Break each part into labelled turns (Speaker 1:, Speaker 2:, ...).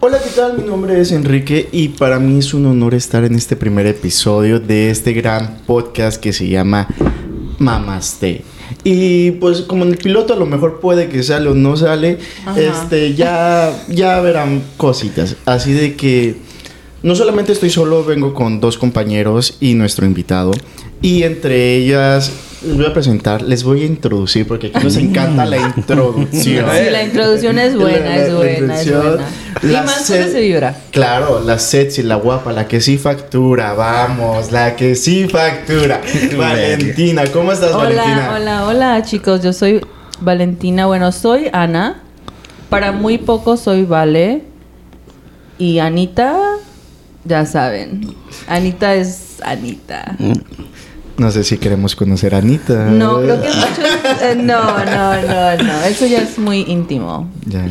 Speaker 1: Hola, ¿qué tal? Mi nombre es Enrique y para mí es un honor estar en este primer episodio de este gran podcast que se llama Mamaste. Y pues como en el piloto a lo mejor puede que sale o no sale,
Speaker 2: Ajá.
Speaker 1: este ya ya verán cositas, así de que no solamente estoy solo, vengo con dos compañeros y nuestro invitado y entre ellas les voy a presentar, les voy a introducir porque aquí nos encanta la introducción.
Speaker 2: Sí, Mm. la introducción es
Speaker 1: La-
Speaker 2: buena, es
Speaker 1: la
Speaker 2: buena, es
Speaker 1: introducción,
Speaker 2: buena. Y
Speaker 1: la
Speaker 2: más cuando
Speaker 1: se-
Speaker 2: se vibra.
Speaker 1: Claro, la sexy, la guapa, la que sí factura, vamos, la que sí factura. Valentina, ¿cómo estás, Valentina?
Speaker 2: Hola, hola, hola chicos, yo soy Valentina, bueno, soy Ana, para muy poco soy Vale y Anita, ya saben, Anita es Anita.
Speaker 1: No sé si queremos conocer a Anita.
Speaker 2: No, creo que muchos... eh, no, no, no, no, eso ya es muy íntimo,
Speaker 1: Ya,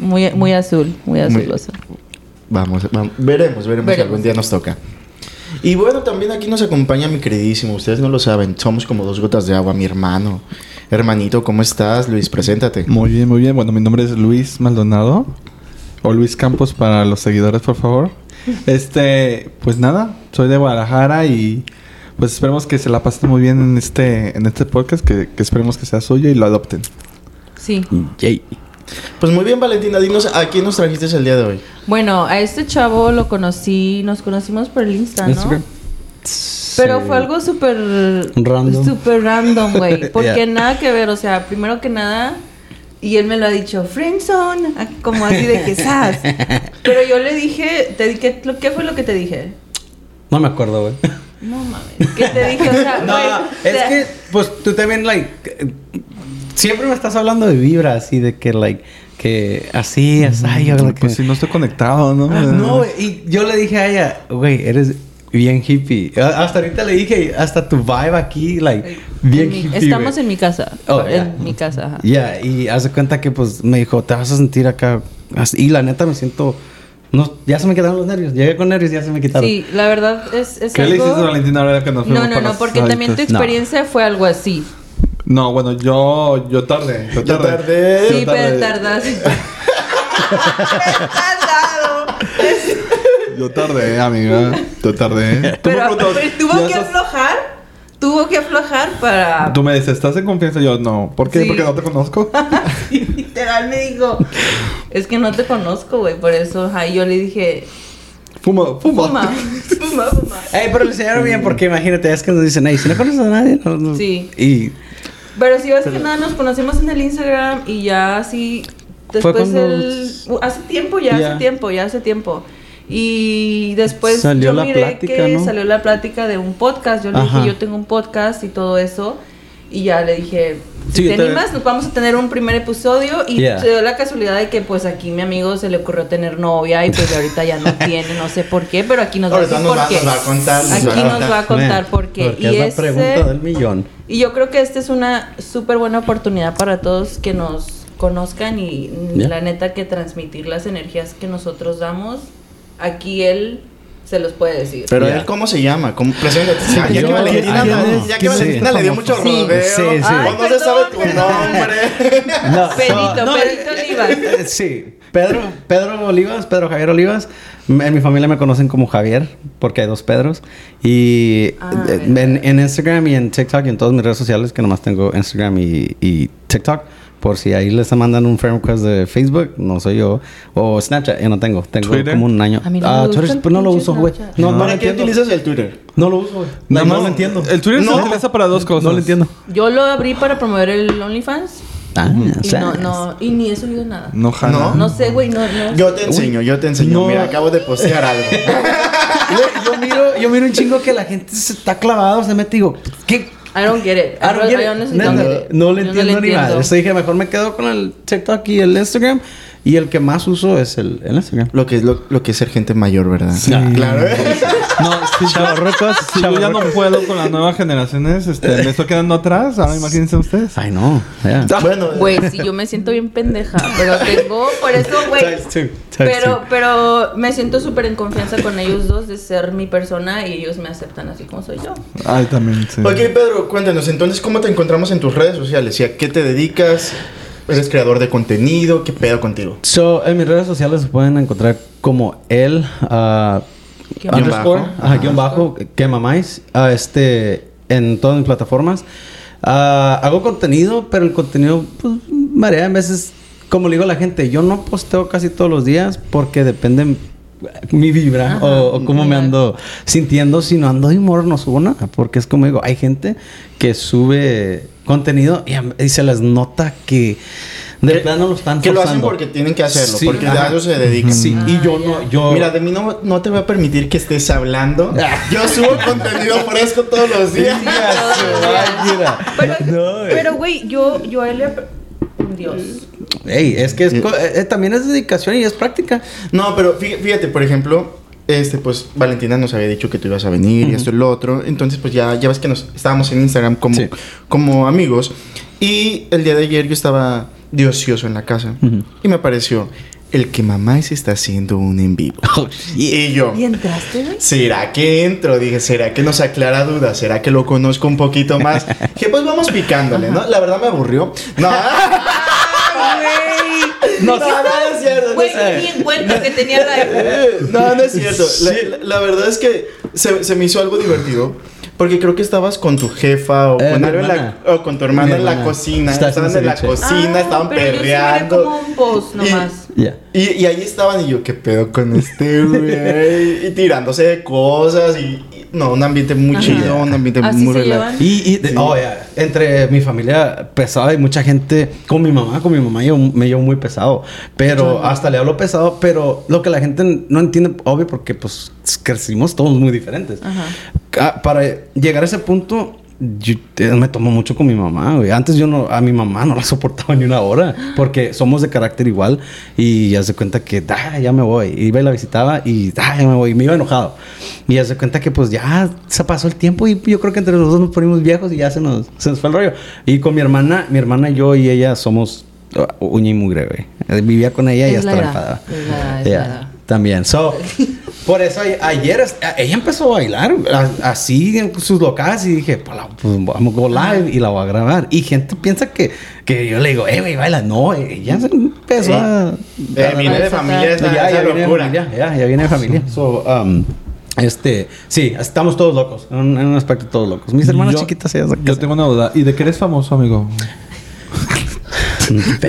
Speaker 2: muy, muy azul,
Speaker 1: Muy-
Speaker 2: muy azuloso.
Speaker 1: vamos, vam- veremos, veremos, si
Speaker 2: Veremos.
Speaker 1: algún día nos toca. Y bueno, también aquí nos acompaña mi queridísimo, ustedes no lo saben, somos como dos gotas de agua, mi hermano. Hermanito, ¿cómo estás, Luis? Preséntate.
Speaker 3: Muy bien, muy bien. Bueno, mi nombre es Luis Maldonado. O Luis Campos para los seguidores, por favor. Este, pues nada, soy de Guadalajara y pues esperemos que se la pasen muy bien en este, en este podcast, que, que esperemos que sea suyo y lo adopten.
Speaker 2: Sí.
Speaker 4: Yay.
Speaker 1: Pues muy bien, Valentina, dinos a quién nos trajiste el día de hoy.
Speaker 2: Bueno, a este chavo lo conocí, nos conocimos por el Insta, ¿no?
Speaker 4: Instagram.
Speaker 2: Pero
Speaker 4: Sí.
Speaker 2: fue algo súper...
Speaker 4: Random.
Speaker 2: Súper random, güey. Porque
Speaker 4: Yeah.
Speaker 2: nada que ver, o sea, primero que nada... Y él me lo ha dicho, friendzone, ah, como así de que "Sas". Pero yo le dije, te di- ¿qué, lo- ¿qué fue lo que te dije?
Speaker 4: No me acuerdo, güey.
Speaker 2: No mames. ¿Qué te dije? O sea,
Speaker 4: No,
Speaker 2: güey, o
Speaker 4: es
Speaker 2: sea,
Speaker 4: que, pues tú también, like. eh, Siempre me estás hablando de vibra, así de que, like, que así, así. ay, yo la que-
Speaker 3: Pues si no estoy conectado, ¿no?
Speaker 4: Ah, Mm, No, güey, y yo le dije a ella, güey, eres bien hippie. A- Hasta ahorita le dije, hasta tu vibe aquí, like, bien
Speaker 2: en mi-
Speaker 4: hippie.
Speaker 2: Estamos
Speaker 4: güey.
Speaker 2: en mi casa.
Speaker 4: Oh,
Speaker 2: en
Speaker 4: yeah.
Speaker 2: mi casa, ajá.
Speaker 4: Ya, y hace cuenta que pues me dijo, te vas a sentir acá. así". Y la neta me siento. No, ya se me quedaron los nervios. Llegué con nervios y ya se me quitaron.
Speaker 2: Sí, la verdad es, es
Speaker 3: ¿Qué
Speaker 2: algo...
Speaker 3: le hiciste a Valentina ahora que nos fuimos
Speaker 2: No, no,
Speaker 3: para
Speaker 2: no,
Speaker 3: las
Speaker 2: porque también tu
Speaker 3: salitas?
Speaker 4: No.
Speaker 2: experiencia fue algo así.
Speaker 3: No, bueno, yo, yo tarde. Yo
Speaker 1: Yo
Speaker 3: tarde.
Speaker 1: tardé.
Speaker 2: Sí, pero
Speaker 3: tarde.
Speaker 2: tardas. Tardado.
Speaker 3: Yo tardé, amiga. Yo tardé. Tú me
Speaker 2: Pero,
Speaker 3: preguntas,
Speaker 2: pero tuvo
Speaker 3: ¿ya
Speaker 2: que
Speaker 3: estás-
Speaker 2: aflojar. Tuvo que aflojar para.
Speaker 3: Tú me dices, ¿estás en confianza? Yo no. ¿Por qué?
Speaker 2: Sí.
Speaker 3: Porque no te conozco.
Speaker 2: Y Literal me dijo: Es que no te conozco, güey. Por eso, ajá, y yo le dije:
Speaker 3: Fumo, fumo.
Speaker 2: Fuma, fuma, fuma.
Speaker 4: Ey, pero le enseñaron bien porque imagínate, es que nos dicen, ey, si no conoces a nadie, no, no".
Speaker 2: Sí.
Speaker 4: Y
Speaker 2: Pero sí, básicamente nos conocimos en el Instagram y ya así.
Speaker 4: Fue
Speaker 2: Después
Speaker 4: cuando-
Speaker 2: el. Hace tiempo, ya hace
Speaker 4: Ya.
Speaker 2: tiempo, ya hace tiempo. Y después
Speaker 4: Salió
Speaker 2: yo
Speaker 4: la
Speaker 2: miré
Speaker 4: plática,
Speaker 2: que
Speaker 4: ¿no?
Speaker 2: salió la plática de un podcast. Yo le
Speaker 4: Ajá.
Speaker 2: dije, yo tengo un podcast y todo eso. Y ya le dije, si te
Speaker 4: Sí, yo también-
Speaker 2: animas, nos vamos a tener un primer episodio. Y
Speaker 4: Yeah.
Speaker 2: se dio la casualidad de que, pues aquí mi amigo se le ocurrió tener novia y pues ya ahorita ya no tiene, no sé por qué, pero aquí nos va a
Speaker 1: Ahorita
Speaker 2: decir
Speaker 1: nos
Speaker 2: por
Speaker 1: va-
Speaker 2: qué.
Speaker 1: nos va a contar, nos
Speaker 2: Aquí
Speaker 1: va a
Speaker 2: nos va a contar
Speaker 4: Man,
Speaker 2: por qué.
Speaker 4: Porque
Speaker 2: Y
Speaker 4: es la
Speaker 2: ese-
Speaker 4: pregunta del millón.
Speaker 2: y yo creo que esta es una súper buena oportunidad para todos que nos conozcan y mm,
Speaker 4: Ya.
Speaker 2: la neta que transmitir las energías que nosotros damos, aquí él se los puede decir.
Speaker 1: Pero
Speaker 4: Ya.
Speaker 1: él, ¿cómo se llama? ¿Cómo? Preséntate. Ah, ya,
Speaker 4: yo-
Speaker 1: que Valentina,
Speaker 4: yo-
Speaker 1: no- ya que
Speaker 4: sí,
Speaker 1: Valentina le dio mucho
Speaker 4: famoso.
Speaker 1: rodeo. Ah,
Speaker 4: Sí, sí, sí.
Speaker 2: Ay,
Speaker 1: No se
Speaker 2: perdón,
Speaker 1: sabe tu
Speaker 2: perdón.
Speaker 1: nombre.
Speaker 4: No,
Speaker 2: Pedrito,
Speaker 4: so-
Speaker 2: Pedrito
Speaker 4: eh,
Speaker 2: Olivas.
Speaker 4: eh, Sí, Pedro, Pedro Olivas, Pedro Javier Olivas. M- En mi familia me conocen como Javier, porque hay dos Pedros. Y
Speaker 2: Ah,
Speaker 4: eh,
Speaker 2: verdad.
Speaker 4: en, en Instagram y en TikTok y en todas mis redes sociales, que nomás tengo Instagram y, y TikTok. Por si ahí les mandan un friend request de Facebook, no soy yo. O Snapchat, yo no tengo. Tengo
Speaker 3: Twitter.
Speaker 4: como un año.
Speaker 2: A mí no
Speaker 4: Ah,
Speaker 2: me gusta
Speaker 4: Twitter,
Speaker 2: el
Speaker 4: pues no lo
Speaker 2: pinche
Speaker 4: uso, güey.
Speaker 2: Snapchat.
Speaker 4: No, no lo
Speaker 1: ¿Para qué
Speaker 4: entiendo.
Speaker 1: utilizas el Twitter?
Speaker 4: No lo uso, güey.
Speaker 3: Nada
Speaker 4: No,
Speaker 3: más-
Speaker 4: lo entiendo.
Speaker 3: El Twitter
Speaker 1: No.
Speaker 3: se utiliza para dos cosas.
Speaker 4: No lo entiendo.
Speaker 2: Yo lo abrí para promover el OnlyFans y no, no, y ni he subido nada.
Speaker 3: No, jala.
Speaker 1: No.
Speaker 2: No sé, güey, no, no.
Speaker 1: Yo te enseño, yo te enseño.
Speaker 4: No.
Speaker 1: Mira, acabo de postear algo.
Speaker 4: Yo- yo, miro, yo miro un chingo que la gente se está clavado, se mete y digo, ¿qué?
Speaker 2: I don't get it.
Speaker 4: I don't get it.
Speaker 2: I honestly
Speaker 4: Neta,
Speaker 2: don't get it.
Speaker 4: no le
Speaker 2: Yo
Speaker 4: entiendo ni nada. Entonces dije, mejor me quedo con el TikTok y el Instagram. Y el que más uso es el, el Instagram.
Speaker 1: Lo que es, lo, lo que es ser gente mayor, ¿verdad?
Speaker 3: Sí.
Speaker 1: Claro. ¿eh?
Speaker 3: No, si yo, si yo ya no puedo con las nuevas generaciones, este, me estoy quedando atrás. Ahora imagínense ustedes.
Speaker 4: Ay, no. ya.
Speaker 1: Bueno,
Speaker 2: Güey, si yo me siento bien pendeja, pero tengo, por eso, güey,
Speaker 4: Times two, times
Speaker 2: Pero,
Speaker 4: two.
Speaker 2: pero me siento súper en confianza con ellos dos de ser mi persona y ellos me aceptan así como soy yo.
Speaker 3: Ay, también, sí.
Speaker 1: ok, Pedro, cuéntanos entonces cómo te encontramos en tus redes sociales y a qué te dedicas. eres creador de contenido, ¿qué pedo contigo?
Speaker 4: So, en mis redes sociales se pueden encontrar como él, ah,
Speaker 2: Guión
Speaker 4: underscore,
Speaker 1: bajo.
Speaker 4: ajá, guión bajo, que mamáis, ah, este, en todas mis plataformas. Ah, hago contenido, pero el contenido, pues, marea a veces, como le digo a la gente, yo no posteo casi todos los días porque depende mi vibra
Speaker 2: Ajá.
Speaker 4: o, o cómo me ando sintiendo. Si no ando de humor, no subo nada, porque es como digo, hay gente que sube contenido y, a- y se les nota que de
Speaker 1: Que-
Speaker 4: plano lo están
Speaker 1: Que lo hacen
Speaker 4: forzando.
Speaker 1: porque tienen que hacerlo,
Speaker 4: Sí,
Speaker 1: porque de
Speaker 4: ajá.
Speaker 1: algo se dedican. Ah,
Speaker 4: Sí, y yo no, yo... Ah.
Speaker 1: Mira, de mí no, no te voy a permitir que estés hablando. Yo subo contenido fresco todos los días.
Speaker 4: Ay, mira.
Speaker 2: Pero,
Speaker 4: No, eh.
Speaker 2: pero, güey, yo, yo a él le... ap- Dios.
Speaker 4: Ey, es que es co- eh, eh, también es dedicación y es práctica.
Speaker 1: No, pero fí- fíjate, por ejemplo, este, pues Valentina nos había dicho que tú ibas a venir y esto y lo otro. Entonces, pues ya, ya ves que nos estábamos en Instagram como,
Speaker 4: Sí.
Speaker 1: como amigos. Y el día de ayer yo estaba de ocioso en la casa
Speaker 4: Ujú.
Speaker 1: y me apareció el que mamá se está haciendo un en vivo. y, y yo.
Speaker 2: ¿Y entraste, güey?
Speaker 1: ¿Será que entro? Dije, ¿será que nos aclara dudas? ¿Será que lo conozco un poquito más? Dije, pues vamos picándole, ¿no? La verdad me aburrió. No,
Speaker 2: Güey.
Speaker 1: no, no, no es cierto. no es
Speaker 2: Güey, ni en cuenta que tenía la...
Speaker 1: No, no es cierto. La, la- la verdad es que se, se me hizo algo divertido. Porque creo que estabas con tu jefa o,
Speaker 4: Eh,
Speaker 1: con,
Speaker 4: mi
Speaker 1: algo en la-
Speaker 4: hermana.
Speaker 1: o con tu hermana
Speaker 4: Mi
Speaker 1: en la
Speaker 4: hermana.
Speaker 1: cocina.
Speaker 4: Está
Speaker 1: estaban
Speaker 4: haciendo
Speaker 1: en la
Speaker 4: ceviche.
Speaker 1: cocina,
Speaker 2: Ah,
Speaker 1: estaban
Speaker 2: pero yo sí miré
Speaker 1: perreando.
Speaker 2: como un post nomás.
Speaker 1: Y,
Speaker 4: Ya.
Speaker 1: y- y ahí estaban y yo, ¿qué pedo con este güey? y tirándose de cosas. Y, y- no, un ambiente muy
Speaker 2: Ajá.
Speaker 1: chido, un ambiente
Speaker 2: Así
Speaker 1: muy
Speaker 2: se
Speaker 1: relajado.
Speaker 2: llevan.
Speaker 4: Y, y de- oh, ya, entre mi familia pesada y mucha gente, con mi mamá, con mi mamá yo me llevo muy pesado, pero hasta le hablo pesado, pero lo que la gente no entiende, obvio, porque pues crecimos todos muy diferentes.
Speaker 2: Ajá.
Speaker 4: Ca- Ah, Para llegar a ese punto, yo- eh, me tomó mucho con mi mamá, güey. Antes yo no, a mi mamá no la soportaba ni una hora, porque somos de carácter igual y ya se cuenta que, "Ah, ya me voy. Iba y la visitaba y, "Ah, ya me voy. Y me iba enojado. Y ya se cuenta que pues ya se pasó el tiempo y yo creo que entre los dos nos ponimos viejos y ya se nos, se nos fue el rollo. Y con mi hermana, mi hermana, yo y ella somos uh, uña y mugre, güey. Eh, Vivía con ella y ya
Speaker 2: Es la edad,
Speaker 4: estaba enfadada.
Speaker 2: es la edad, Ah, es
Speaker 4: Ya.
Speaker 2: la edad.
Speaker 4: También. So, por eso a- ayer es- a- ella empezó a bailar a- así en sus locales y dije, pues, la- pues, vamos go live y la voy a grabar. Y gente piensa que, que yo le digo, eh, güey, baila. No, ella se empezó a.
Speaker 1: Eh, viene de
Speaker 2: Esa-
Speaker 1: familia esa,
Speaker 4: ya,
Speaker 1: esa
Speaker 4: ya viene de
Speaker 1: locura.
Speaker 4: familia. Ya, ya viene de familia. So, um, este, sí, estamos todos locos. En, un- en un aspecto, todos locos. Mis hermanas
Speaker 3: Yo-
Speaker 4: chiquitas, ellas acá
Speaker 3: Yo tengo una duda. ¿Y de qué eres famoso, amigo?
Speaker 4: se-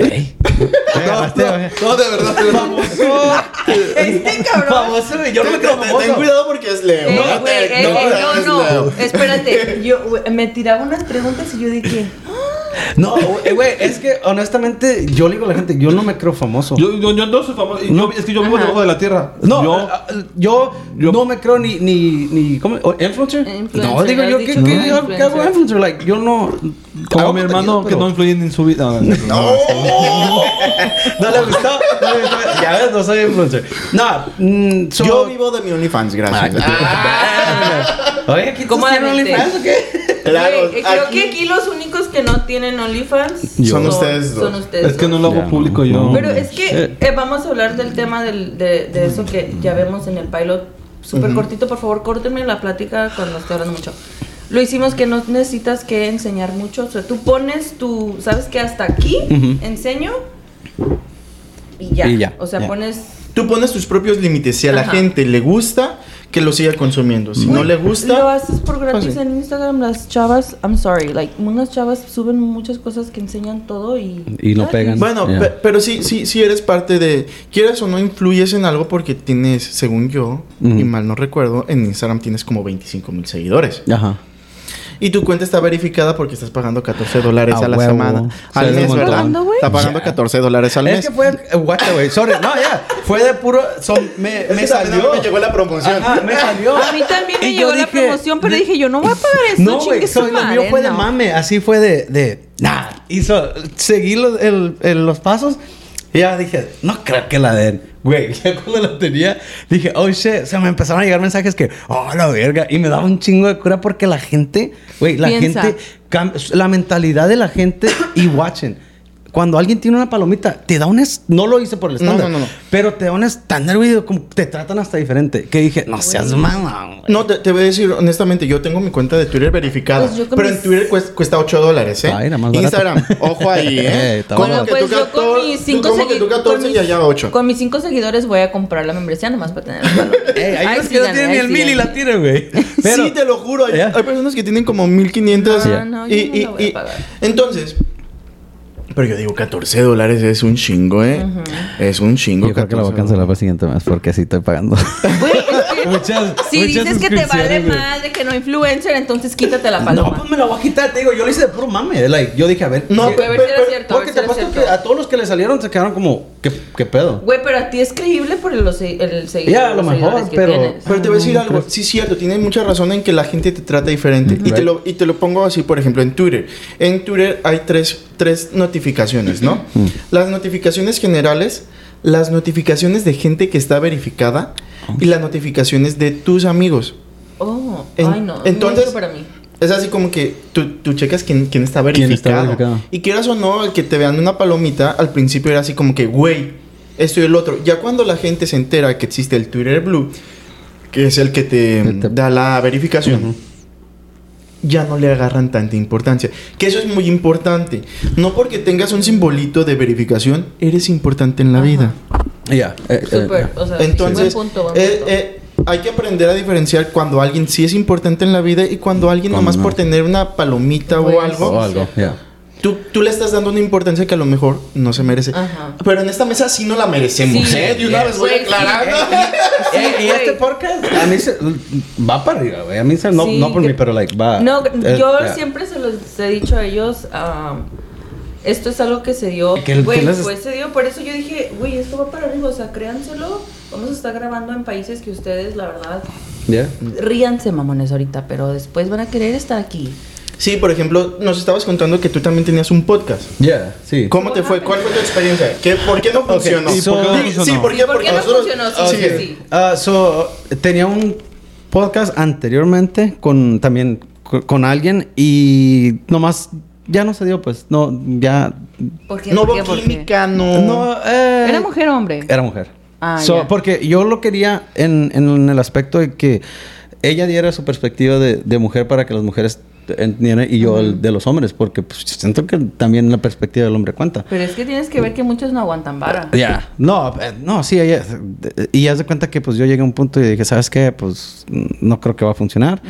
Speaker 4: Ey. Eh,
Speaker 1: No, de verdad, de verdad.
Speaker 2: Este cabrón.
Speaker 4: Famoso, güey, yo no me
Speaker 1: Ten-
Speaker 4: creo
Speaker 1: ten- ten
Speaker 4: famoso.
Speaker 1: cuidado porque es Leo.
Speaker 2: Eh, güey, eh,
Speaker 1: No, te-
Speaker 2: eh,
Speaker 1: no, es
Speaker 2: no, no,
Speaker 1: Leo.
Speaker 2: espérate. Yo güey, me tiraba unas preguntas y yo dije,
Speaker 4: No, eh, güey, es que honestamente, yo le digo a la gente, yo no me creo famoso.
Speaker 3: Yo, yo, yo no soy famoso. Y yo- es que yo vivo
Speaker 2: Ajá.
Speaker 3: debajo de la tierra.
Speaker 4: No, eh,
Speaker 3: Yo-
Speaker 4: yo, yo,
Speaker 3: yo-
Speaker 4: no me creo ni, ni, ni ¿cómo? ¿O- ¿Influencer?
Speaker 2: Eh, Influencer,
Speaker 4: no, digo
Speaker 2: has
Speaker 4: yo, ¿qué,
Speaker 2: dicho,
Speaker 4: qué-
Speaker 2: ¿no?
Speaker 4: qué hago
Speaker 2: Influencer.
Speaker 4: influencer? Like, yo no...
Speaker 3: como
Speaker 4: hago
Speaker 3: mi
Speaker 4: contenido,
Speaker 3: hermano que
Speaker 4: pero-
Speaker 3: no influyen en su vida. No, no, no.
Speaker 4: No le gustó, no le gustó. Ya ves, no soy influencer. No, mm, so-
Speaker 1: Yo vivo de mi OnlyFans, gracias.
Speaker 4: Ah, Oye, ¿aquí
Speaker 2: ¿Cómo
Speaker 4: ¿cómo
Speaker 2: de
Speaker 4: tienen
Speaker 2: mente?
Speaker 4: OnlyFans o qué?
Speaker 1: Claro,
Speaker 2: güey, eh, creo
Speaker 1: aquí-
Speaker 2: que aquí los únicos que no tienen OnlyFans
Speaker 4: Yo.
Speaker 1: Son ustedes dos.
Speaker 2: Son ustedes
Speaker 3: Es que no
Speaker 2: dos.
Speaker 3: lo hago
Speaker 4: Ya, no.
Speaker 3: público yo.
Speaker 4: No.
Speaker 2: Pero es que eh, vamos a hablar del tema del- de, de eso que ya vemos en el pilot. Súper cortito, por favor, córtenme la plática cuando esté hablando mucho. Lo hicimos que no necesitas que enseñar mucho. O sea, tú pones tu. ¿Sabes que Hasta aquí
Speaker 4: Ujú.
Speaker 2: enseño y ya.
Speaker 4: Y ya,
Speaker 2: O sea,
Speaker 4: ya.
Speaker 2: pones.
Speaker 1: Tú pones tus propios límites. Si a la
Speaker 2: Ajá.
Speaker 1: gente le gusta, que lo siga consumiendo. Si no le
Speaker 2: Lo
Speaker 1: gusta, Pues
Speaker 2: haces por gratis
Speaker 1: Fácil.
Speaker 2: en Instagram. Las chavas, I'm sorry, like, unas chavas suben muchas cosas que enseñan todo y.
Speaker 4: Y no pegan.
Speaker 1: bueno,
Speaker 4: Ya.
Speaker 1: pe- pero sí, sí, sí eres parte de. Quieras o no influyes en algo porque tienes, según yo,
Speaker 4: Ujú.
Speaker 1: y mal no recuerdo, en Instagram tienes como 25 mil seguidores.
Speaker 4: Ajá.
Speaker 1: Y tu cuenta está verificada porque estás pagando 14 dólares
Speaker 4: A
Speaker 1: a la
Speaker 4: huevo.
Speaker 1: semana.
Speaker 4: Se
Speaker 1: Al
Speaker 4: ve un
Speaker 1: mes,
Speaker 4: montón.
Speaker 1: ¿verdad?
Speaker 2: ¿Pagando, güey?
Speaker 1: Está pagando
Speaker 4: Ya.
Speaker 1: 14 dólares al
Speaker 4: Es
Speaker 1: mes.
Speaker 4: que fue... eh, What the way, sorry. No, ya. Fue de puro... Son, me
Speaker 1: Es
Speaker 4: me
Speaker 1: que también
Speaker 4: salió.
Speaker 1: a mí me llegó la promoción.
Speaker 4: Ajá, me salió.
Speaker 2: A mí también me
Speaker 4: Y
Speaker 2: llegó
Speaker 4: yo
Speaker 2: la
Speaker 4: dije,
Speaker 2: promoción, pero
Speaker 4: de-
Speaker 2: dije, yo no voy a pagar esto.
Speaker 4: No, güey,
Speaker 2: chingue su
Speaker 4: so, lo mío
Speaker 2: madre,
Speaker 4: fue de
Speaker 2: no.
Speaker 4: mame, así fue de, de nah. Hizo, seguí los, el- el- los pasos y ya dije, no creo que la den. Güey, ya cuando la tenía, dije, oh shit, o sea, me empezaron a llegar mensajes que, oh la verga, y me daba un chingo de cura porque la gente, güey, la
Speaker 2: Piensa.
Speaker 4: gente, cam- la mentalidad de la gente y watching. Cuando alguien tiene una palomita, te da un... es- No lo hice por el
Speaker 1: No,
Speaker 4: estándar.
Speaker 1: no, no, no.
Speaker 4: Pero te da un estándar, güey. como Te tratan hasta diferente. Que dije, no seas mamá, güey.
Speaker 1: No, te, te voy a decir honestamente, yo tengo mi cuenta de Twitter verificada.
Speaker 2: Pues yo con
Speaker 1: pero
Speaker 2: mis-
Speaker 1: en Twitter cues- cuesta, 8 dólares, ¿eh?
Speaker 4: Ay, nada más barato.
Speaker 1: Instagram, ojo ahí,
Speaker 4: Eh,
Speaker 1: ¿eh?
Speaker 4: está
Speaker 1: Como
Speaker 4: barato.
Speaker 1: que
Speaker 2: pues
Speaker 1: tú
Speaker 2: yo con
Speaker 1: 14,
Speaker 2: mis cinco
Speaker 1: como que tú
Speaker 2: segui-
Speaker 1: 14
Speaker 2: con
Speaker 1: y allá
Speaker 2: mis-
Speaker 1: 8.
Speaker 2: Con mis cinco seguidores voy a comprar la membresía nomás para tener el valor.
Speaker 4: Ey, hay
Speaker 2: Ay,
Speaker 4: unos que no
Speaker 2: síganme,
Speaker 4: tienen ni
Speaker 2: ay,
Speaker 4: el mil y
Speaker 2: síganme.
Speaker 4: la tiran, güey. Pero,
Speaker 1: sí, te lo juro. Hay,
Speaker 4: Ya.
Speaker 1: hay personas que tienen como 1500.
Speaker 2: Ah, no, yo no la voy a pagar.
Speaker 1: Entonces. Pero yo digo, 14 dólares es un chingo, ¿eh? Es un chingo.
Speaker 4: Yo creo que la voy a
Speaker 1: 14
Speaker 4: cancelar para el siguiente mes porque así estoy pagando.
Speaker 2: Güey, es que
Speaker 4: Muchas-
Speaker 2: si
Speaker 4: muchas
Speaker 2: dices que te vale
Speaker 4: suscripciones, güey.
Speaker 2: madre, que no influencer, entonces quítate la
Speaker 4: No,
Speaker 2: paloma.
Speaker 4: pues me la voy a quitar, te digo, yo lo hice de puro mame. Like, yo dije, a ver,
Speaker 1: No,
Speaker 4: ¿qué-
Speaker 1: güey,
Speaker 2: a ver si era
Speaker 1: pero-
Speaker 2: cierto, a
Speaker 4: Porque
Speaker 2: ver si
Speaker 4: te
Speaker 2: era
Speaker 4: apuesto
Speaker 2: cierto.
Speaker 4: que a todos los que le salieron se quedaron como, ¿qué, qué pedo?
Speaker 2: Güey, pero a ti es creíble por el, el seguidor.
Speaker 4: Ya, a lo
Speaker 2: los
Speaker 4: mejor,
Speaker 2: seguidores que
Speaker 4: pero-
Speaker 2: tienes.
Speaker 1: Pero te voy a decir algo, sí es cierto, tienes mucha razón en que la gente te trata diferente. y, te
Speaker 4: Right.
Speaker 1: lo, y te lo pongo así, por ejemplo, en Twitter. En Twitter hay tres, tres notificaciones, ¿no? Las notificaciones generales, las notificaciones de gente que está verificada y las notificaciones de tus amigos.
Speaker 2: Oh,
Speaker 1: En-
Speaker 2: ay, no.
Speaker 1: entonces-
Speaker 2: Entonces. para mí.
Speaker 1: Es así como que tú, tú checas quién, quién está verificado.
Speaker 4: ¿Quién está verificado?
Speaker 1: Y quieras o no, el que te vean una palomita, al principio era así como que, güey, esto y el otro. Ya cuando la gente se entera que existe el Twitter Blue, que es el que te,
Speaker 4: Que te-
Speaker 1: da la verificación. Ya no le agarran tanta importancia. Que eso es muy importante. No porque tengas un simbolito de verificación, eres importante en la
Speaker 2: Ajá.
Speaker 1: vida.
Speaker 4: Y Ya. eh, eh,
Speaker 2: Súper.
Speaker 4: eh.
Speaker 2: O sea, sí,
Speaker 1: Entonces,
Speaker 2: buen punto, buen
Speaker 1: eh,
Speaker 2: punto.
Speaker 1: eh, hay que aprender a diferenciar cuando alguien sí es importante en la vida y cuando alguien
Speaker 4: Cuando
Speaker 1: nomás
Speaker 4: no.
Speaker 1: por tener una palomita
Speaker 2: Pues,
Speaker 1: o algo,
Speaker 3: oh.
Speaker 4: O algo, ya.
Speaker 1: tú, tú le estás dando una importancia que a lo mejor no se merece.
Speaker 2: Ajá.
Speaker 1: Pero en esta mesa sí no la merecemos,
Speaker 2: Sí. Pues,
Speaker 1: ¿eh? De una vez voy
Speaker 2: Güey, sí.
Speaker 1: aclarando.
Speaker 2: Sí,
Speaker 4: Eh, y
Speaker 2: güey.
Speaker 4: este podcast a mí se, va para arriba, güey. A mí se, no,
Speaker 2: Sí,
Speaker 4: no por
Speaker 2: que-
Speaker 4: mí, pero like, va.
Speaker 2: No,
Speaker 4: eh,
Speaker 2: yo
Speaker 4: ya.
Speaker 2: siempre se los he dicho a ellos. am, esto es algo que se dio.
Speaker 4: Que el-
Speaker 2: Güey,
Speaker 4: que las-
Speaker 2: pues se dio. Por eso yo dije, güey, esto va para arriba. O sea, créanselo. Vamos a estar grabando en países que ustedes, la verdad,
Speaker 4: Ya.
Speaker 2: ríanse, mamones, ahorita. Pero después van a querer estar aquí.
Speaker 1: Sí, por ejemplo, nos estabas contando que tú también tenías un podcast.
Speaker 4: Ya, sí.
Speaker 1: ¿Cómo te fue? ¿Cuál fue tu experiencia? ¿Qué, ¿Por qué no funcionó?
Speaker 3: ¿y por qué no
Speaker 1: Sí,
Speaker 3: funcionó?
Speaker 1: Sí, ¿por
Speaker 2: ¿Y
Speaker 1: qué?
Speaker 2: por qué no
Speaker 1: nosotros-
Speaker 2: funcionó?
Speaker 1: Ah,
Speaker 2: Sí, sí,
Speaker 1: ok.
Speaker 2: sí.
Speaker 4: Ah, so, tenía un podcast anteriormente con también co- con alguien y nomás ya no se dio, pues. No, ya.
Speaker 2: ¿Por qué?
Speaker 1: No
Speaker 2: ¿Por
Speaker 1: hubo
Speaker 2: qué? ¿Por qué?
Speaker 1: química, no.
Speaker 4: No, eh,
Speaker 2: ¿Era mujer o hombre?
Speaker 4: Era mujer.
Speaker 2: Ah,
Speaker 4: So,
Speaker 2: ya.
Speaker 4: Porque yo lo quería en, en el aspecto de que ella diera su perspectiva de, de mujer para que las mujeres entiendan y yo el de los hombres, porque pues, siento que también la perspectiva del hombre cuenta.
Speaker 2: Pero es que tienes que ver que muchos no aguantan vara.
Speaker 4: Ya. No, eh, no, sí, ella- eh, y haz de cuenta que pues yo llegué a un punto y dije, ¿sabes qué? Pues mm, no creo que va a funcionar.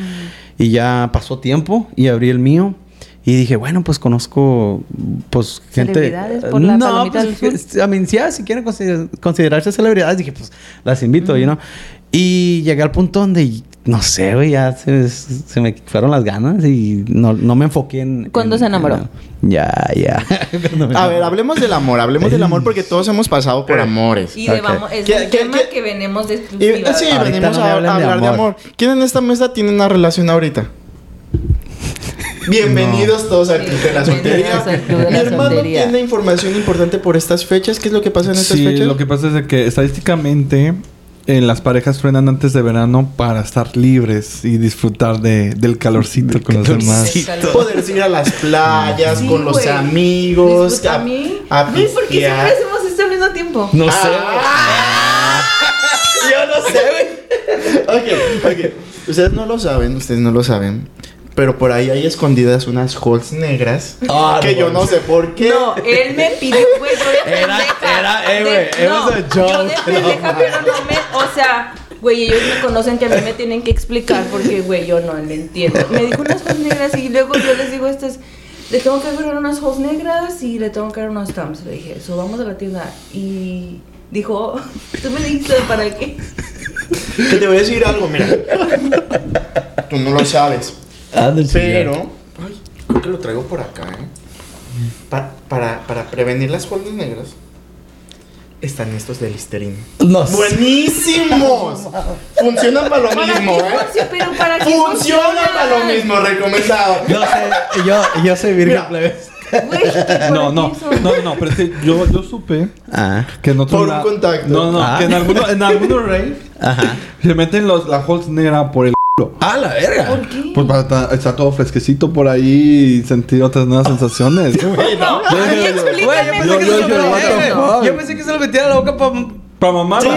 Speaker 4: Y ya pasó tiempo y abrí el mío. Y dije, bueno, pues conozco, pues gente...
Speaker 2: Celebridades por la
Speaker 4: no,
Speaker 2: palomita del
Speaker 4: pues, a mí, sí, ah, si quieren consider- considerarse celebridades, dije, pues las invito, you know. Y llegué al punto donde, no sé, güey, ya se, se me fueron las ganas y no, no me enfoqué en...
Speaker 2: ¿Cuándo
Speaker 4: en-
Speaker 2: se enamoró?
Speaker 4: en- ya, ya. Cuando me
Speaker 1: A ver,
Speaker 4: enamoré.
Speaker 1: hablemos del amor, hablemos del amor porque todos hemos pasado
Speaker 3: Eh.
Speaker 1: por amores.
Speaker 2: Y de
Speaker 4: Ok.
Speaker 2: vamos, es
Speaker 1: ¿Qué-
Speaker 2: el
Speaker 1: qué-
Speaker 2: tema
Speaker 1: qué-
Speaker 2: que venimos de
Speaker 1: Y, eh,
Speaker 2: exclusiva.
Speaker 1: sí,
Speaker 4: Ahorita
Speaker 1: venimos
Speaker 4: no me
Speaker 1: a, a
Speaker 4: hablen de
Speaker 1: hablar de
Speaker 4: amor.
Speaker 1: amor. ¿Quién en esta mesa tiene una relación ahorita? Bienvenidos todos al Club de la Soltería.
Speaker 2: Bienvenidos al Club de
Speaker 1: Mi
Speaker 2: la
Speaker 1: hermano
Speaker 2: Soltería.
Speaker 1: tiene información importante por estas fechas. ¿Qué es lo que pasa en estas
Speaker 3: Sí,
Speaker 1: fechas?
Speaker 3: lo que pasa es de que estadísticamente eh, las parejas frenan antes de verano para estar libres y disfrutar de, del calorcito con los
Speaker 4: Ah,
Speaker 3: demás.
Speaker 2: Sí, tal-
Speaker 1: Poder ir a las playas
Speaker 2: Sí,
Speaker 1: con los
Speaker 2: güey.
Speaker 1: amigos.
Speaker 2: Disfruta a mí.
Speaker 1: A
Speaker 2: Güey, ¿por qué
Speaker 1: pistear.
Speaker 2: siempre hacemos esto al mismo tiempo?
Speaker 4: No sé.
Speaker 1: Ah, Yo no sé, güey. Ok, ok. Ustedes no lo saben, ustedes no lo saben. Pero por ahí hay escondidas unas holes negras.
Speaker 4: Ah,
Speaker 1: que
Speaker 4: no
Speaker 1: yo no
Speaker 4: mames.
Speaker 1: sé por qué.
Speaker 2: No, él me pidió, güey, yo de
Speaker 4: Era-
Speaker 2: pendeja.
Speaker 4: era- eh,
Speaker 2: de-
Speaker 4: güey, it was a joke,
Speaker 2: Yo de
Speaker 4: no
Speaker 2: pendeja, pero no me, o sea, güey, ellos me conocen que a mí me tienen que explicar porque, güey, yo no le entiendo. Me dijo unas cosas negras y luego yo les digo estas, le tengo que agregar unas hojas negras y le tengo que dar unos thumbs. Le dije, eso, vamos a la tienda. Y dijo, tú me dijiste para qué.
Speaker 1: Que te voy a decir algo, mira. Tú no lo sabes.
Speaker 4: Anda el
Speaker 1: Pero. Ay, creo que lo traigo por acá, ¿eh? Pa- para, para prevenir las holes negras. Están estos de Listerine.
Speaker 4: No sé.
Speaker 1: ¡Buenísimos! Funcionan para lo
Speaker 2: ¿Para
Speaker 1: mismo,
Speaker 2: qué
Speaker 1: ¿eh?
Speaker 2: funcio- pero para qué
Speaker 1: Funciona para lo
Speaker 2: funcionan?
Speaker 1: mismo, recomendado.
Speaker 4: Yo sé, yo, yo soy Virgo
Speaker 1: Mira.
Speaker 4: plebes.
Speaker 2: Güey, ¿para
Speaker 3: Eh, No,
Speaker 2: qué
Speaker 3: no,
Speaker 2: son?
Speaker 3: no, no, pero es que yo, yo supe
Speaker 4: Ah,
Speaker 3: que en otro
Speaker 1: Por un
Speaker 3: la-
Speaker 1: contacto.
Speaker 3: No, no,
Speaker 4: Ah.
Speaker 3: que en alguno, en alguno rave
Speaker 4: ajá.
Speaker 3: se meten los, la holes negra por el culo.
Speaker 4: ¡Ah, la verga!
Speaker 3: Pues para ta- está todo fresquecito por ahí y sentir otras nuevas sensaciones.
Speaker 2: No, ay, explícame, porque
Speaker 4: Güey, yo pensé que
Speaker 3: yo-
Speaker 4: se
Speaker 2: no
Speaker 4: lo
Speaker 3: yo-
Speaker 2: lo
Speaker 3: what the
Speaker 4: metía-
Speaker 2: entiendo.
Speaker 3: fuck?
Speaker 4: Yo pensé que se lo metía a la boca para...
Speaker 3: Para mamá.
Speaker 1: sí,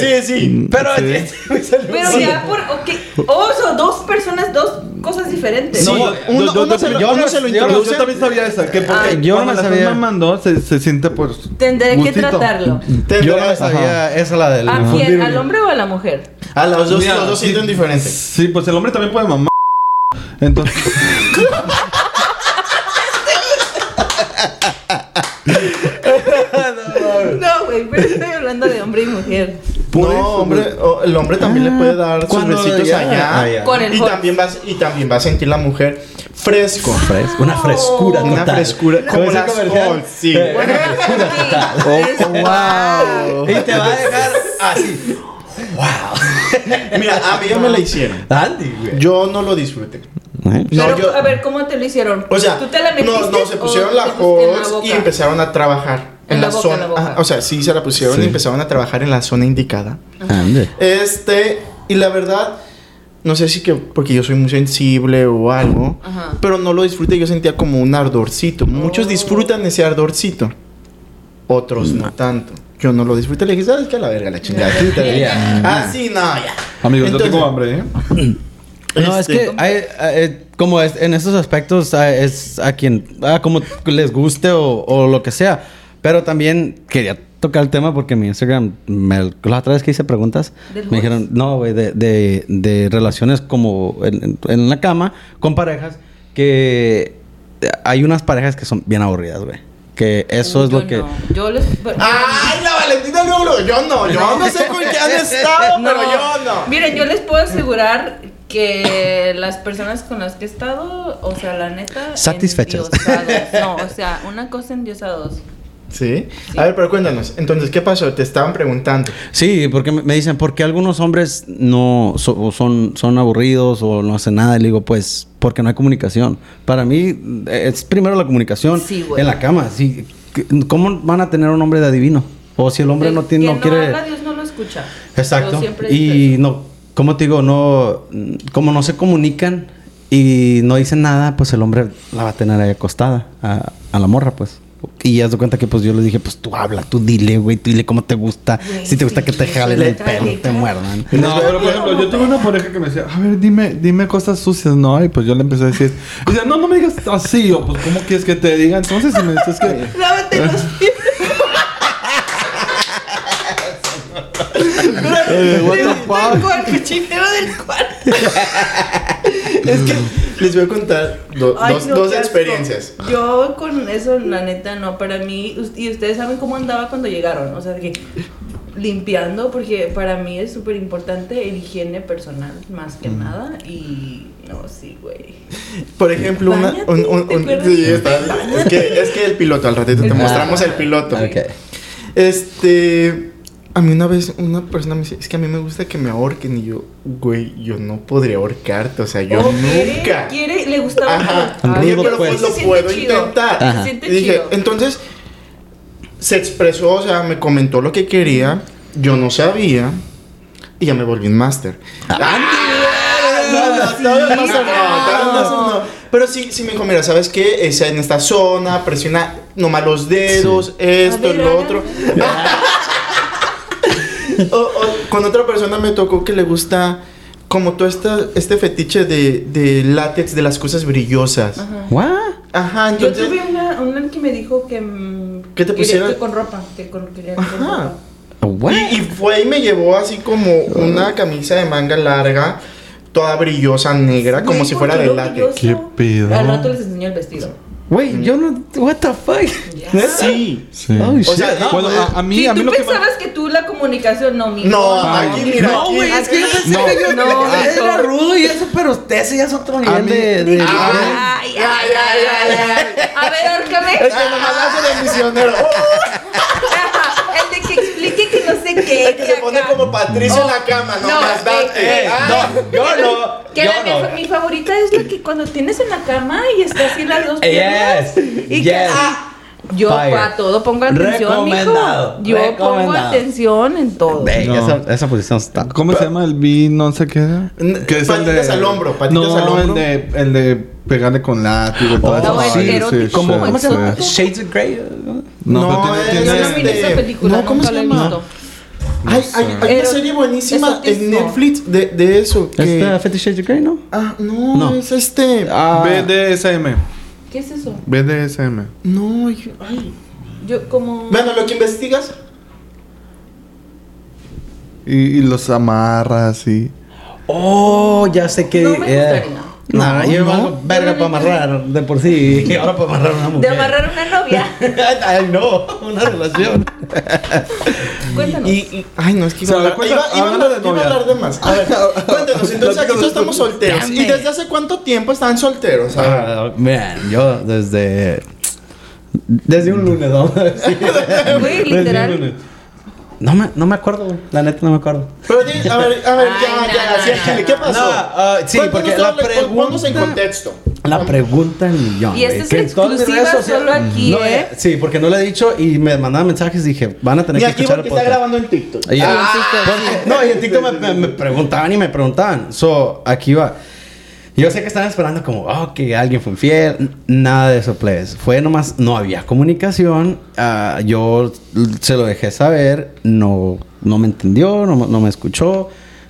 Speaker 1: sí, sí.
Speaker 4: Pero...
Speaker 3: Sí.
Speaker 2: Pero ya por... ok. Oh, son dos personas, dos cosas diferentes.
Speaker 1: No, uno- uno se lo-
Speaker 3: yo-
Speaker 1: uno se lo
Speaker 3: yo-
Speaker 1: introduce.
Speaker 3: Yo también sabía esa. Que porque
Speaker 4: Ah, yo no
Speaker 3: cuando
Speaker 4: me
Speaker 3: la
Speaker 4: sabía.
Speaker 3: estás mamando, se, se siente pues.
Speaker 2: Tendré que
Speaker 3: gustito.
Speaker 2: tratarlo.
Speaker 4: Yo
Speaker 1: Tendrá-
Speaker 4: no sabía esa la del...
Speaker 2: ¿A Ah, quién? ¿Al hombre o a la mujer?
Speaker 1: A Ah, los dos,
Speaker 3: Mira,
Speaker 1: los dos
Speaker 3: sí.
Speaker 1: sienten diferente.
Speaker 3: Sí, pues el hombre también puede mamar. Entonces.
Speaker 2: No, güey, pero estoy hablando de hombre y mujer.
Speaker 1: No, hombre, o- el hombre también le puede dar sus
Speaker 4: ¿cuándo
Speaker 1: besitos
Speaker 4: ya?
Speaker 1: allá.
Speaker 4: Ah, ya.
Speaker 2: Con el
Speaker 1: y,
Speaker 2: hot.
Speaker 1: también va, y también va a sentir la mujer fresco.
Speaker 4: Fres- Una frescura
Speaker 1: Una
Speaker 4: total.
Speaker 1: frescura como
Speaker 4: ese
Speaker 1: las Colt, sí.
Speaker 4: Eh,
Speaker 2: Bueno,
Speaker 4: oh,
Speaker 2: sí. Es-
Speaker 1: wow.
Speaker 4: Y te va a dejar así.
Speaker 1: Ah, Mira, a mí ya me la hicieron.
Speaker 4: Andy, güey.
Speaker 1: Yo no lo disfruté. No,
Speaker 2: Pero,
Speaker 1: yo-
Speaker 2: a ver, ¿cómo te lo hicieron?
Speaker 1: O sea,
Speaker 2: ¿Tú te la metiste
Speaker 1: no, no, se
Speaker 2: o
Speaker 1: pusieron la
Speaker 2: te pusiste en la
Speaker 1: hot
Speaker 2: boca?
Speaker 1: y empezaron a trabajar en,
Speaker 2: En
Speaker 1: la,
Speaker 2: la boca, en
Speaker 1: zona.
Speaker 2: la boca.
Speaker 1: ajá, o sea, sí se la pusieron
Speaker 4: Sí.
Speaker 1: y empezaron a trabajar en la zona indicada.
Speaker 4: Andy.
Speaker 1: Este, y la verdad, no sé si que porque yo soy muy sensible o algo,
Speaker 2: Ajá. Oh.
Speaker 1: pero no lo disfruté. Yo sentía como un ardorcito. Muchos disfrutan ese ardorcito, otros no tanto. Yo no lo disfruté. Le dije, ¿sabes qué? A la verga, la chingada. Quítale.
Speaker 4: Ya.
Speaker 1: Ah, sí, no, ya.
Speaker 3: Amigos, yo
Speaker 1: Entonces,
Speaker 3: tengo hambre, ¿eh?
Speaker 4: No, es
Speaker 1: este,
Speaker 4: que hay, eh, como es- en estos aspectos ah, es a quien, ah, como les guste o, o lo que sea. Pero también quería tocar el tema porque en mi Instagram, me, la otra vez que hice preguntas,
Speaker 2: Del
Speaker 4: me dijeron, no, güey, de, de- de relaciones como en, en- en la cama con parejas, que hay unas parejas que son bien aburridas, güey. Que eso es
Speaker 2: Yo
Speaker 4: lo que...
Speaker 2: no. Yo les. pero-
Speaker 1: Ay, la Valentina luego, luego, yo no, yo no sé con qué han estado,
Speaker 2: No.
Speaker 1: pero yo no.
Speaker 2: Miren, yo les puedo asegurar que las personas con las que he estado, o sea, la neta.
Speaker 4: Satisfechas.
Speaker 2: endiosados. No, o sea, una cosa endiosados.
Speaker 1: ¿Sí? A ver, pero cuéntanos, entonces, ¿qué pasó? Te estaban preguntando.
Speaker 4: Sí, porque me me dicen, ¿por qué algunos hombres no so- o son, son aburridos o no hacen nada? Y le digo, pues, porque no hay comunicación. Para mí, eh, es primero la comunicación
Speaker 2: Sí, güey.
Speaker 4: en la cama. Sí. ¿Qué- ¿Cómo van a tener un hombre de adivino? O si el hombre no, tiene,
Speaker 2: Quien
Speaker 4: no quiere...
Speaker 2: habla, Dios no lo escucha. Yo
Speaker 4: Exacto.
Speaker 2: siempre
Speaker 4: Y
Speaker 2: digo
Speaker 4: no, como te digo, no, mm, como no se comunican y no dicen nada, pues el hombre la va a tener ahí acostada a, a la morra, pues. Y ya se cuenta que pues yo le dije, pues tú habla, tú dile, güey, tú dile cómo te gusta,
Speaker 2: Güey,
Speaker 4: si te gusta
Speaker 2: sí,
Speaker 4: que te
Speaker 2: sí,
Speaker 4: jalen
Speaker 2: sí,
Speaker 4: el
Speaker 2: sí,
Speaker 4: pelo,
Speaker 2: sí,
Speaker 4: te
Speaker 2: sí.
Speaker 4: muerdan.
Speaker 3: No, pero por ejemplo, yo tuve una pareja que me decía, a ver, dime, dime cosas sucias, ¿no? Y pues yo le empecé a decir, y decía, no, no me digas así, o pues, ¿cómo quieres que te diga? Entonces, si me dices que.
Speaker 2: eso. Lávate los pies.
Speaker 3: what the
Speaker 2: Del cuarto, el cochinero del cuarto.
Speaker 1: Es que les voy a contar do-
Speaker 2: Ay,
Speaker 1: dos,
Speaker 2: no,
Speaker 1: dos
Speaker 2: qué asco.
Speaker 1: experiencias.
Speaker 2: Yo con eso, la neta, no. Para mí, us- y ustedes saben cómo andaba cuando llegaron. O sea, que limpiando, porque para mí es súper importante el higiene personal, más que nada. Y no, sí, güey.
Speaker 1: Por ejemplo, una.
Speaker 2: Báñate,
Speaker 1: un- un-
Speaker 2: ¿te
Speaker 1: un-
Speaker 2: acuerdas?
Speaker 1: sí, está- es, que, es que el piloto, al ratito te
Speaker 2: Ah,
Speaker 1: mostramos el piloto.
Speaker 4: Ok.
Speaker 1: Este. A mí una vez una persona me dice: Es que a mí me gusta que me ahorquen. Y yo, güey, yo no podría ahorcarte. O sea, yo
Speaker 2: Oh,
Speaker 1: nunca.
Speaker 2: Quiere, quiere, le gustaba.
Speaker 1: Ajá.
Speaker 2: Ay,
Speaker 1: Dije,
Speaker 4: rudo,
Speaker 1: pero
Speaker 4: pues.
Speaker 1: pues lo
Speaker 2: Se siente
Speaker 1: puedo
Speaker 2: chido.
Speaker 1: intentar.
Speaker 4: Ajá.
Speaker 2: Se siente
Speaker 1: Y dije,
Speaker 2: chido.
Speaker 1: entonces se expresó, o sea, me comentó lo que quería, yo no sabía y ya me volví un máster. Ah, no, no, no, máster no, no, no, no, no. Pero sí, sí me dijo, mira, ¿sabes qué? Es en esta zona, presiona nomás los dedos,
Speaker 2: A
Speaker 1: esto,
Speaker 2: ver,
Speaker 1: lo otro. O- o con otra persona me tocó que le gusta como todo esta, este fetiche de, de látex, de las cosas brillosas. Ajá,
Speaker 4: ¿What?
Speaker 2: Yo
Speaker 1: entonces...
Speaker 2: tuve una, una que me dijo que. mm,
Speaker 1: ¿Qué te
Speaker 2: quería-
Speaker 1: pusieron?
Speaker 2: que con ropa. Que con, quería con
Speaker 1: Ajá.
Speaker 2: ropa.
Speaker 4: ¿What?
Speaker 1: Y, y fue y me llevó así como una camisa de manga larga, toda brillosa, negra, como
Speaker 2: Güey,
Speaker 1: si fuera de
Speaker 2: porque
Speaker 1: látex.
Speaker 2: lo brilloso-
Speaker 3: Qué pedo.
Speaker 2: Al rato les enseñó el vestido.
Speaker 4: Güey, yo no... What the fuck?
Speaker 2: Ya.
Speaker 1: Sí.
Speaker 3: Sí.
Speaker 4: Oh,
Speaker 1: O sea,
Speaker 4: shit.
Speaker 1: no,
Speaker 3: Bueno, a, a mí,
Speaker 2: Sí,
Speaker 3: a mí
Speaker 2: tú
Speaker 3: lo que.
Speaker 2: pensabas que, tú la comunicación no, mi
Speaker 1: No,
Speaker 2: no,
Speaker 1: aquí mira.
Speaker 4: No,
Speaker 1: aquí.
Speaker 4: güey, es que yo pensé
Speaker 3: No.
Speaker 4: que yo
Speaker 2: No,
Speaker 4: era
Speaker 2: no.
Speaker 4: rudo y eso, pero usted sí ya es otro nivel
Speaker 3: mí-
Speaker 4: de... de-
Speaker 2: Ah, Ay, ay, ay, ay, ay, ay. A ver, ahorcame.
Speaker 1: Es que nomás hace de misionero.
Speaker 2: El de que explique que no sé qué.
Speaker 1: El que se pone
Speaker 2: acá.
Speaker 1: como Patricio en la cama,
Speaker 2: No,
Speaker 1: nomás
Speaker 2: eh,
Speaker 1: date.
Speaker 2: eh,
Speaker 1: Ah,
Speaker 4: yo no,
Speaker 2: Que
Speaker 4: yo
Speaker 2: la-
Speaker 4: no.
Speaker 2: mi, mi favorita es la que cuando tienes en la cama y está así las dos
Speaker 4: Yes,
Speaker 2: piernas. y
Speaker 4: yes.
Speaker 2: que. ah, Yo
Speaker 4: Fire.
Speaker 2: a todo pongo atención, mijo.
Speaker 4: Recomendado,
Speaker 2: Yo pongo
Speaker 4: recomendado.
Speaker 2: atención en todo.
Speaker 4: Ey,
Speaker 3: No.
Speaker 4: esa, esa posición está.
Speaker 3: ¿Cómo se llama el B no sé qué?
Speaker 1: N-
Speaker 3: Que
Speaker 1: patitas al hombro, patitas
Speaker 3: no,
Speaker 1: al hombro.
Speaker 3: El de, el de pegarle con látigo y todo
Speaker 4: Oh,
Speaker 3: eso.
Speaker 4: no, es
Speaker 2: erótico,
Speaker 3: sí,
Speaker 2: ¿cómo
Speaker 3: sí.
Speaker 2: se llama?
Speaker 4: Shades of Grey. ¿no?
Speaker 3: No,
Speaker 1: No,
Speaker 3: pero
Speaker 1: es-
Speaker 3: tiene,
Speaker 2: Yo
Speaker 3: tiene-
Speaker 2: no miré esa película,
Speaker 1: Este, No, ¿cómo
Speaker 2: nunca
Speaker 1: se
Speaker 2: la he
Speaker 1: llama?
Speaker 2: visto.
Speaker 1: Hay, hay, hay
Speaker 2: Ero-
Speaker 1: una serie buenísima en
Speaker 2: esotismo.
Speaker 1: Netflix de, de eso. Que,
Speaker 4: ¿Esta Fifty Shades of Grey, no?
Speaker 1: Ah, no,
Speaker 4: No.
Speaker 1: es este.
Speaker 4: Ah,
Speaker 3: BDSM.
Speaker 2: ¿Qué es eso?
Speaker 3: BDSM.
Speaker 1: No, yo- ay.
Speaker 2: Yo como...
Speaker 1: Bueno, lo que investigas.
Speaker 3: Y, y los amarras y...
Speaker 4: Oh, ya sé que.
Speaker 2: No me
Speaker 4: eh,
Speaker 2: gustaría.
Speaker 4: Nah,
Speaker 1: No,
Speaker 4: yo
Speaker 1: no.
Speaker 4: valgo verga para amarrar de por sí. Y ahora para amarrar a una
Speaker 2: De
Speaker 4: mujer.
Speaker 2: amarrar una novia.
Speaker 4: Ay, no, una relación.
Speaker 2: Cuéntanos.
Speaker 1: Y, y- ay, no, es que iba
Speaker 3: O
Speaker 1: a
Speaker 3: sea,
Speaker 1: hablar,
Speaker 3: cuenta-
Speaker 1: iba- iba a
Speaker 3: hablando
Speaker 1: hablar-
Speaker 3: de
Speaker 1: iba a
Speaker 3: novia.
Speaker 1: hablar de más. A ver, cuéntanos, entonces aquí todos estamos solteros. ¿Y desde hace cuánto tiempo están solteros? A ver.
Speaker 4: Ah, Man, yo desde. Desde un lunes, vamos a decir.
Speaker 2: Güey,
Speaker 4: Desde un
Speaker 2: literal.
Speaker 4: lunes. No me, no me acuerdo, güey. La neta no me acuerdo.
Speaker 1: Pero di- a ver, a ver, ya,
Speaker 2: Ay, no,
Speaker 1: ya,
Speaker 2: no,
Speaker 1: sí,
Speaker 2: no,
Speaker 1: échale,
Speaker 2: no.
Speaker 1: ¿qué pasó?
Speaker 4: No, ah, sí,
Speaker 1: Cuéntanos
Speaker 4: porque
Speaker 1: todo,
Speaker 4: la
Speaker 1: le- pon- ponnos en
Speaker 4: pregunta-
Speaker 1: contexto.
Speaker 4: La pregunta del millón.
Speaker 2: Y esta
Speaker 4: güey,
Speaker 2: es
Speaker 4: que en todas mis
Speaker 2: exclusiva
Speaker 4: redes sociales-
Speaker 2: solo aquí,
Speaker 4: No,
Speaker 2: ¿eh?
Speaker 4: Sí, porque no la he dicho y me mandaban mensajes y dije, van a tener
Speaker 1: Ni
Speaker 4: que
Speaker 1: aquí
Speaker 4: escuchar
Speaker 1: porque
Speaker 4: el
Speaker 1: está
Speaker 4: podcast.
Speaker 1: grabando en TikTok.
Speaker 4: Ahí-
Speaker 2: Ah,
Speaker 4: Ah, porque- no, y en TikTok me, me- me preguntaban y me preguntaban. So, aquí va. Yo sé que estaban esperando como, oh, que alguien fue infiel. N- Nada de eso, please. Fue nomás, no había comunicación. Ah, yo l- se lo dejé saber. No, no me entendió, no, me- no me escuchó.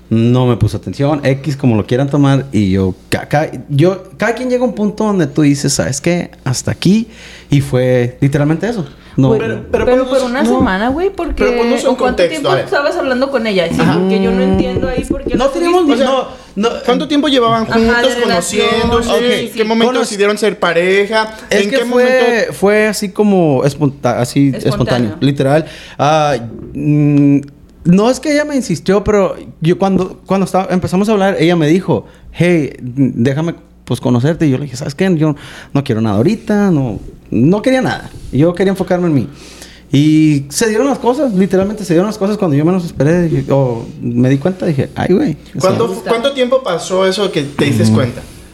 Speaker 4: No me puso atención. X, como lo quieran tomar. Y yo, ca- ca- yo, cada quien llega a un punto donde tú dices, ¿sabes qué? Hasta aquí. Y fue literalmente eso. No,
Speaker 2: Güey,
Speaker 1: pero-
Speaker 2: pero,
Speaker 1: pero ponnos-
Speaker 2: por una
Speaker 1: no.
Speaker 2: semana, güey, porque
Speaker 1: Pero ponnos en
Speaker 2: ¿o cuánto
Speaker 1: contexto, a
Speaker 2: tiempo
Speaker 1: ver.
Speaker 2: estabas hablando con ella? Sí, porque yo no entiendo ahí por qué
Speaker 4: no tenemos...
Speaker 2: subiste.
Speaker 4: no, no,
Speaker 1: ¿Cuánto tiempo llevaban
Speaker 2: Ajá,
Speaker 1: juntos,
Speaker 2: de relación,
Speaker 1: conociéndose?
Speaker 2: sí,
Speaker 1: ¿En
Speaker 2: sí.
Speaker 1: qué momento
Speaker 4: Conoc-
Speaker 1: decidieron ser pareja?
Speaker 4: Es
Speaker 1: ¿En
Speaker 4: que
Speaker 1: qué
Speaker 4: fue, fue así como esponta- así espontáneo,
Speaker 2: Espontáneo.
Speaker 4: literal. Ah, mm, no es que ella me insistió, pero yo cuando, cuando estaba- empezamos a hablar, ella me dijo, hey, mm, déjame pues conocerte. Y yo le dije, ¿sabes qué? Yo no quiero nada ahorita, no, no quería nada. Yo quería enfocarme en mí. Y se dieron las cosas, literalmente se dieron las cosas cuando yo menos esperé dije- o me di cuenta, dije, ay, güey. o sea, Mm.
Speaker 1: ¿Cuánto, ¿Cuánto tiempo pasó eso que te diste cuenta?